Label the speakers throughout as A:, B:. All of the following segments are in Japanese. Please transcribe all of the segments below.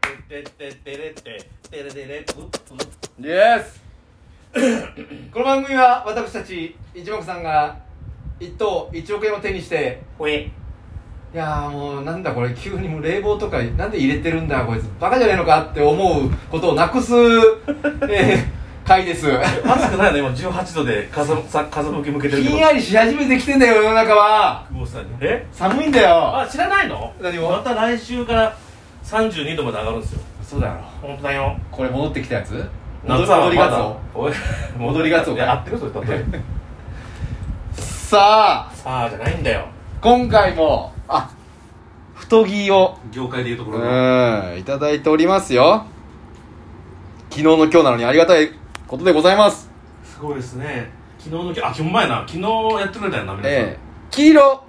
A: テテレテテレテレププ
B: イエス
C: この番組は私たち一目さんが一等一億円を手にして
A: ほえ
C: いやーもうなんだこれ急にもう冷房とかなんで入れてるんだこいつバカじゃねえのかって思うことをな くす、えー、回です
A: 暑くないの今18度で風さ風向き向けてる
C: ひんやりし始めてきてんだよ世の中は
A: 久保さんにえ
C: 寒いんだよ
A: あ知らないの
C: 何
A: ま
C: も
A: た来週から32度まで上がるんですよ
C: そうだろ
A: 本当だよ
C: これ戻ってきたやつ戻
A: 夏
C: り戻り
A: は
C: ガツ
A: まだおい
C: 戻りガツオ
A: いや合ってるそれ例え
C: オさあ
A: さあじゃないんだよ
C: 今回もあ太着を
A: 業界でいうとこ
C: う
A: ろの
C: んいただいておりますよ昨日の今日なのにありがたいことでございます
A: すごいですね昨日のきあ昨日前な昨日やってくれたよな皆さん、
C: ええ黄色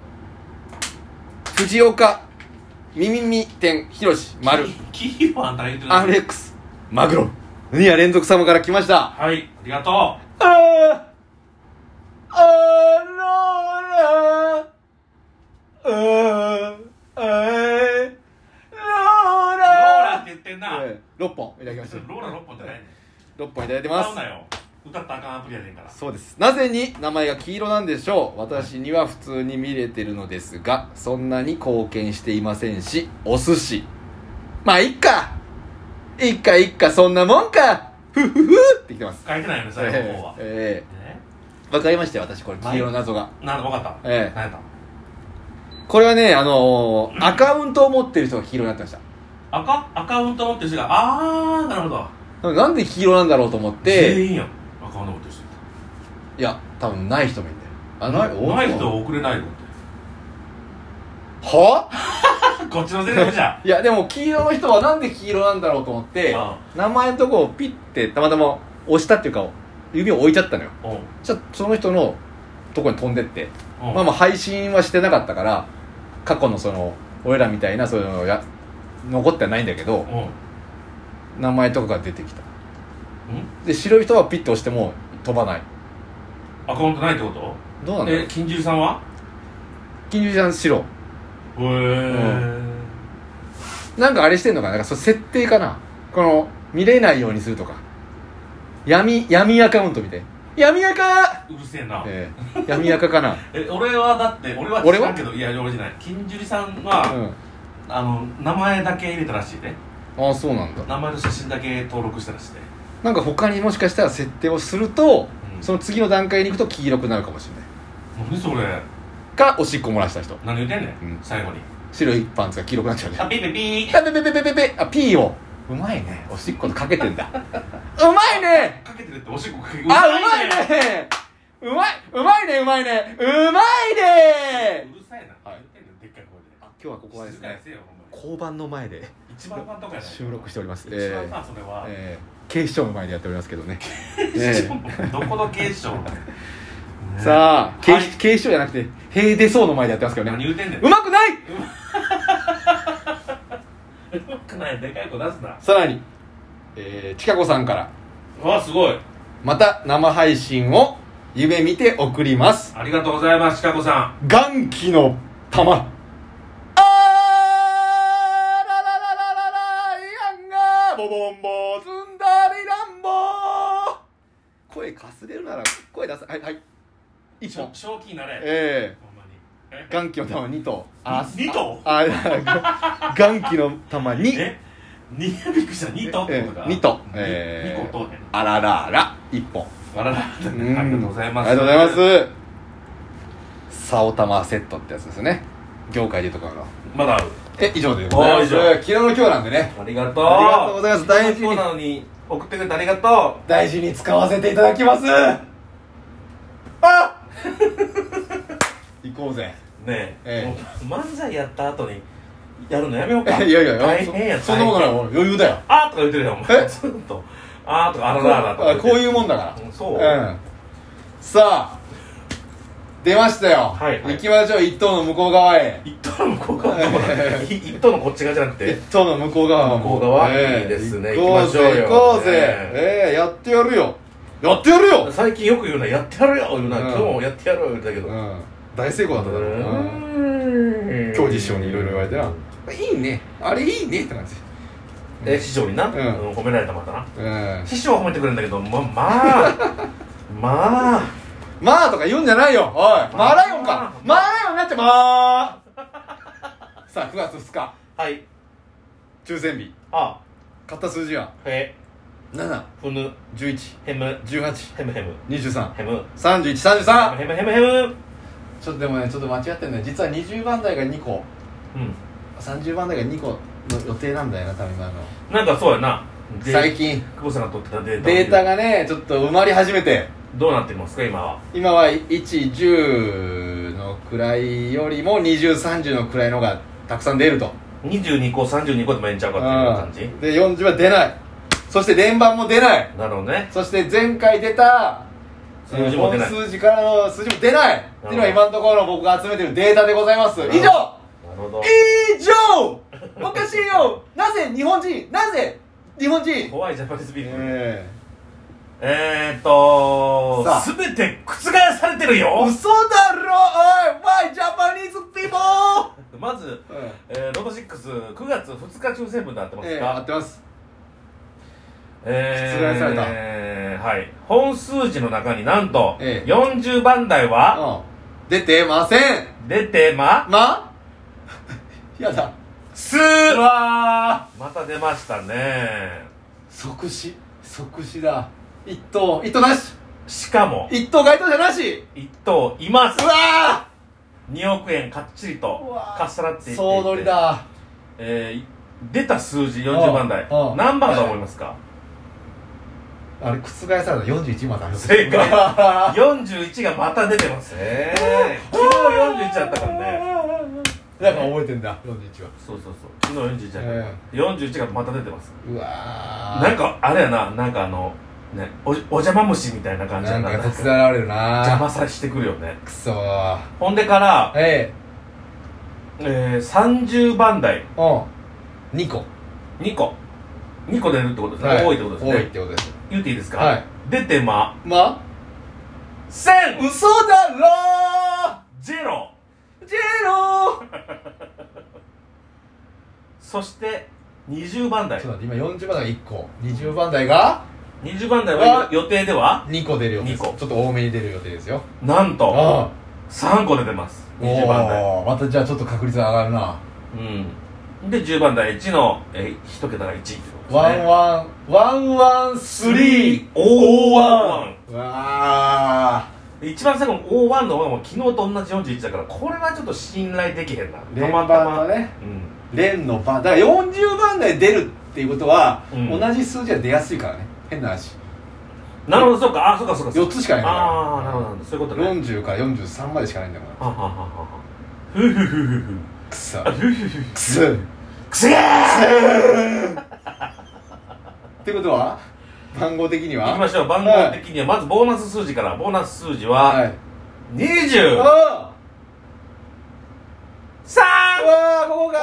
C: 藤岡みみみ店ひろし丸
A: キーパー大変
C: アレックスマグロ2夜連続様から来ました
A: はいありがと
C: ああローラああロー
A: うローラっ
C: ラ
A: て言ってんな、
C: 6本いただきまし
A: それ
C: た
A: ローラ6本じゃないね
C: 6本いただいてま
A: 歌
C: す
A: うなよ歌ったらあかんアプリやねんから
C: そうですなぜに名前が黄色なんでしょう私には普通に見れてるのですがそんなに貢献していませんしお寿司まあいっかいっかいっかそんなもんかふふふってきてます
A: 書いてないよね最後の方は、え
C: ええわかりましたよ私これ黄色の謎が
A: えなんだ分かった
C: ええ
A: 何やった
C: これはねあのーアカウントを持ってる人が黄色になってました
A: アカアカウント持ってる人があーなるほど
C: なんで黄色なんだろうと思って
A: 全員やんアカウント持ってる人
C: いや多分ない人もいるんだよあないお
A: ない人は送れないのって
C: は
A: こっちのせいでじゃん
C: いやでも黄色の人はなんで黄色なんだろうと思って
A: あ
C: 名前のとこをピッてたまたま押したっていうか指を置いちゃったのよ
A: おう
C: じゃあその人のとこに飛んでって
A: おう
C: まあまあ配信はしてなかったから過去のその俺らみたいなそういうのや残ってはないんだけど
A: おう
C: 名前とかが出てきた
A: ん
C: で白い人はピッと押しても飛ばない
A: アカウントないってこと
C: どうなんだろ
A: え
C: う
A: 金獣さんは
C: 金融ちゃん白
A: へえ
C: なんかあれしてんのかななんかその設定かなこの見れないようにするとか闇闇アカウントみたいな闇アカ
A: うるせえな
C: ええ闇アカかな
A: え俺はだって俺は
C: 俺
A: 違
C: は
A: うけどいや俺じゃない金樹里さん
C: う
A: は、
C: ん
A: あの名前だけ入れたらしいね
C: ああそうなんだ
A: 名前と写真だけ登録したらしいね
C: なんか他にもしかしたら設定をすると、
A: うん
C: その次の段階に行くと黄色くなるかもしれない
A: 何それ
C: かおしっこ漏らした人
A: 何言ってんねん、
C: うん
A: 最後に
C: 白いパンツが黄色くなっちゃうね
A: あピーピーピー
C: あペペペペペペあピーをうまいねおしっことかけてんだ うまいね
A: かけてるっておしっこかけ
C: あうまいねうまいうまいねうまいねうまいね
A: うるさいな
C: は
A: 何
C: い
A: 言ってんねんでっかい声で
C: 今日はここはです
A: 静かに
C: ね
A: せえよほんまに
C: 交番の前で
A: 一番ファンとかやない
C: 収録しております
A: 一
C: え
A: 番ファンそれは、
C: ーえー警視庁の前でやっておりますけどね
A: しかもどこの警視庁 あ
C: さあ警,、
A: はい
C: 警視庁じゃなくて塀出そうの前でやってますけど
A: 何
C: ね
A: 言うてんねん
C: うまくないう
A: まくないでかい子出すな
C: さらに、えー、ちかこさんから、
A: わすごい
C: また生配信を夢見て送ります。
A: ありがとうございますちかこさん
C: 元気の玉。あーらららららら、イアンが、ボボンボズンダリランボ声かすれるなら、声出さ、はい、はい。一
A: しょ
C: 本。
A: 正気になれ
C: え
A: ほんまにえ
C: ー、元気の玉2頭。
A: に二頭
C: あ、あ元気の玉2。
A: えにびっくりした2頭ってことか
C: 2頭。え
A: 2頭
C: ー
A: とね、
C: あららら、1本。
A: あらら
C: う
A: ら
C: ん
A: らありがとうございます
C: ありがとうございますサオタマセットってやつですね業界でいうところの
A: まだある
C: え以上でございます
A: おー以上
C: 昨日の今日なんでね
A: ありがとう
C: ありがとうございます大事に
A: そうなのに送ってくれてありがと
C: 大事に使わせていただきますあ 行こうぜ
A: うねえ
C: ええ
A: もう漫才やった後にやるのやめようか
C: いやいや
A: 大変や
C: そそんなことない
A: い
C: 俺余裕だよ
A: あーとか言ってるよお前
C: え
A: ずっとあーとかあらららとか
C: こういううもんだから
A: うんそう
C: うんさあ出ましたよ、
A: はいはい
C: 行きましょう一等の向こう側へ
A: 一等の向こう側どこ だい一等のこっち側じゃなく
C: 一
A: て
C: 等の向こう側は
A: 向こう側
C: ええ
A: いいですね
C: 行こうぜ
A: 行きましょうよ
C: 行こうぜ
A: ね
C: ええやってやるよやってやるよ
A: 最近よく言うのはやってやるよ言うな
C: うん
A: 今日もやってやるよ言うたけど
C: うん大成功だっただろうな
A: うーん
C: 教授師匠にいろいろ言われてないいねあれいいねって感じえ
A: 師匠にな、
C: うん
A: うん褒められたまたな
C: うん
A: 師匠は褒めてくれるんだけどままあまあ
C: まあとか言うんじゃないよおいマーライオンかマーライオンになってまーさあ9月2日
A: はい
C: 抽選日
A: あ
C: 買った数字は
A: へふぬ
C: 7111823
A: へむへむへむへむ
C: 3133
A: へむへむへむ
C: ちょっとでもねちょっと間違ってんだよ実は20番台が2個
A: うん
C: 30番台が2個の予定なんだよな多分今の
A: なんかそうやなで
C: 最近
A: 久保さんが取ってたデータ
C: データがねちょっと埋まり始めて
A: どうなってますか今は
C: 今は110の位よりも2030の位のがたくさん出ると
A: 22個32個でもええんちゃうかっていう感
C: で40は出ないそして連番も出ない
A: じなるほどね
C: そして前回出た
A: 数字も出ない
C: えー本数字からの数字も出ないっていうのは今のところ僕が集めてるデータでございます以上
A: なるほど
C: 以上おかしいよなぜ日本人なぜ日本人
A: 怖いジャパニーズビーフ
C: え
A: えーっと
C: さあ
A: すべて覆されてる
C: え
A: よ
C: 嘘だろおい Why Japanese people?
A: まず
C: え
A: えー、ロト69月2日抽選分で合ってます
C: え合
A: か
C: ってます
A: え
C: 覆された
A: えーはい本数字の中になんと、
C: ええ
A: 40番台は
C: うん出てません
A: 出てま
C: ま やだ
A: す
C: うわ
A: また出ましたね
C: 即死即死だ一等一等なし
A: しかも
C: 一等該当者なし
A: 一等います
C: うわ
A: 2億円かっちりと
C: うわー
A: かっさらっていっていて
C: 総取りだ
A: えー出た数字40番台
C: うんうん
A: 何番だと思いますか
C: あれ覆されたの41まである
A: 正 解
C: 解
A: 41がまた出てますね昨日41だったからね
C: ねだから覚えてんだ41は
A: そうそうそう昨日41だったから、
C: え
A: 41がまた出てます
C: うわ
A: なんかあれやななんかあのねおお邪魔虫みたいな感じ
C: な
A: や
C: ん
A: な
C: か
A: なんか
C: 突然現れるな
A: 邪魔さしてくるよね
C: くそー
A: ほんでから、
C: え
A: えー、30番台
C: えうん2個
A: 2個2個出るってことですね、
C: はい
A: 多いってことですね
C: 多いってことです
A: 言っていいですか、
C: はい
A: 出てま
C: ま
A: せん
C: 嘘だろ
A: ゼロ
C: ジェロー
A: そして20番台
C: ちょっと待って今40番台が1個20番台が
A: 20番台
C: あ
A: は予定では
C: 2個出る予定です
A: 二個
C: ちょっと多めに出る予定ですよ
A: なんと
C: あ
A: 3個出てます
C: あ
A: 20番台
C: おーまたじゃあちょっと確率上がるな
A: うんで10番台1の、えー、1桁が1ってこと
C: ワ
A: です
C: ン
A: ね
C: ワンワンワンスリー
A: おー
C: うわあ
A: 一番最後の O1 の方がもう昨日と同じ41だからこれはちょっと信頼できへんな
C: 連
A: たま
C: 番
A: た
C: の
A: ま、
C: ね
A: うん
C: 連の番だから40番台出るっていうことは、
A: うん
C: 同じ数字は出やすいからね変な話
A: なるほどそうかあそうかそうかそう
C: 4
A: か
C: つしかないか
A: ああなるほどなるほどそういうこ
C: ら
A: とねは
C: 40から43までしかないんだから
A: あはあはあはあふふふふふ
C: くそ
A: あふふふ
C: くそっ
A: くせー
C: てことは番号的に
A: い
C: は
A: きましょう番号的にはまずボーナス数字からボーナス数字
C: は
A: はい23
C: ああうわあここが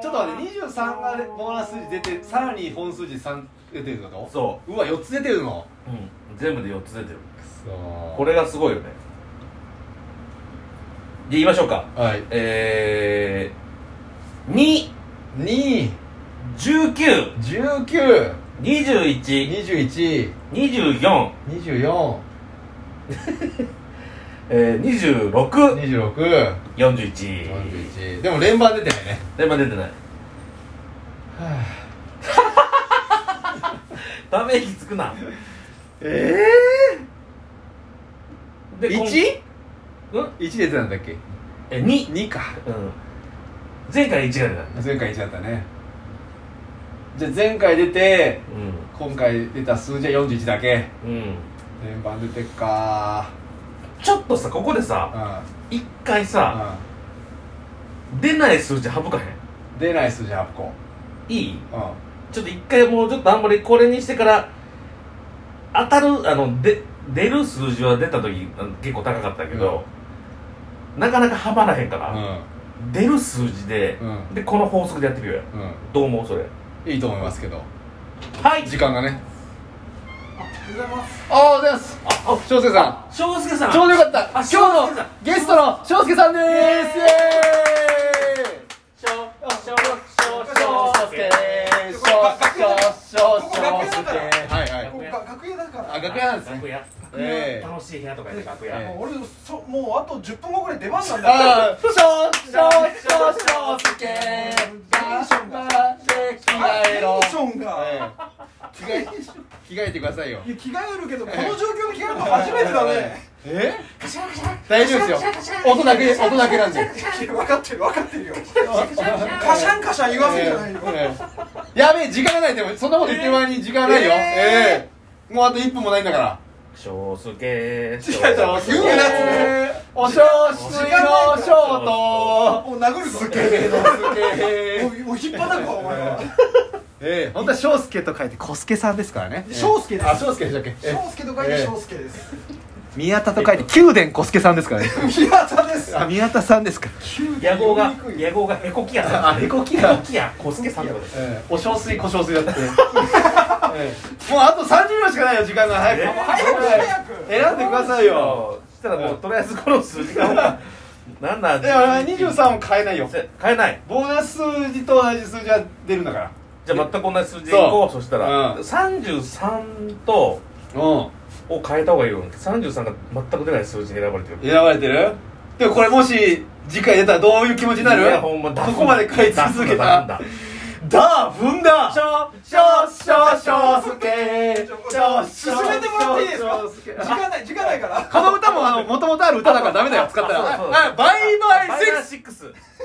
C: ちょっと待って23がボーナス数字出てさらに本数字3出てるのと
A: そう
C: わ4つ出てるの
A: う、うん、全部で4つ出て
C: く
A: る
C: そ
A: これがすごいよねで言いましょうか
C: はい
A: えー、
C: 2
A: 2192124
C: 19 21 24
A: えー、
C: 26
A: 2641
C: 41でも連番出てないね
A: でも出てないため息つくな
C: ええ
A: でこん
C: 1?1
A: うん
C: 出てたんだっけ
A: え2
C: 2か
A: うん前回1が出た
C: 前回1だったねじゃあ前回出て
A: う
C: 今回出た数字は41だけ
A: んうん
C: 連番出てっか
A: ちょっとさここでさ
C: ー
A: 一回
C: うん
A: さ出ない数字省かへん
C: うん出ない数字8個
A: いい
C: うん
A: ちょっと一回もうちょっとあんまりこれにしてから当たるあので出る数字は出た時あの結構高かったけど、なかなかはまらへんから、出る数字で、
C: うん
A: でこの法則でやってみようよ
C: うん
A: どう思うそれ
C: うんいいと思いますけど
A: はい
C: 時間がね
A: ございます
C: ああありがとうございます
A: あ
C: 翔介さん
A: あ翔介さん
C: ちょうどよかった
A: あ
C: 今日のゲストの翔介さんですイエーイ
A: 翔翔
C: 翔介です
A: 屋楽
C: ええ
A: しい部屋とかやって楽
C: え
A: 屋
C: え
B: もう俺そもうあと10分後ぐらい出番なんだよ
C: ああ、しょしょしょしょすけ。着替えろ。
B: テンションが、
C: ええ着替え、着替えてくださいよ。
B: いや着替えるけどこの状況で着替えるの初めてだね
C: え大丈夫ですよ。音だけ、音だけなんで。
B: 分かってる分かってるよカシャンカシャン言わせるじゃないよ、
C: ええやべえ、時間がないでも、そんなこと言ってる間に時間がないよ。
B: え
C: ええもうあと一分もないんだから。
A: 翔介
B: 違う違う
C: 言う
B: な
C: おしょうすいのショート。
B: もう殴るぞ
C: すけーのすけー。
B: もうもう引っ張るかお前は
C: ええ本当は翔介と書いて小助さんですからね
B: 翔介です
C: あ翔介でしたっけ、ええ
B: 翔介と書いて翔介です
C: 宮田と書いて宮殿小助さんですからね
B: 宮田です
C: あ宮田さんですか
A: 野号が
B: 言いにくい
A: 野号がへこき屋
C: あ
A: さん
C: へこき屋
A: へこき屋小助さんってことです
C: ええお小水小小水だって、ええもうあと30秒しかないよ時間が早く、
A: ええ
B: 早く早く
C: 選んでくださいよ
A: そしたらもうとりあえずこの数時間 はなんだ
C: で俺は23を変えないよ
A: 変えない
C: ボーナス数字と同じ数字は出るんだから
A: じゃあ全く同じ数字でいこう
C: そ
A: そうしたら、
C: うん
A: 33と
C: うん
A: を変えた方がいいよ33が全く出ない数字に選ばれてる
C: 選ばれてるでもこれもし次回出たらどういう気持ちになる
A: いやほんま
C: ここまで書い続け
A: なん
C: た
A: だ
C: だ踏んだ
A: しょ
C: しょしょしょすけ
B: 進めてもらっていいですか時間ない時間ないから
C: この歌もあのもともとある歌だからダメだよ使ったら
A: そうそうそう
C: あバイバイセックス
A: 6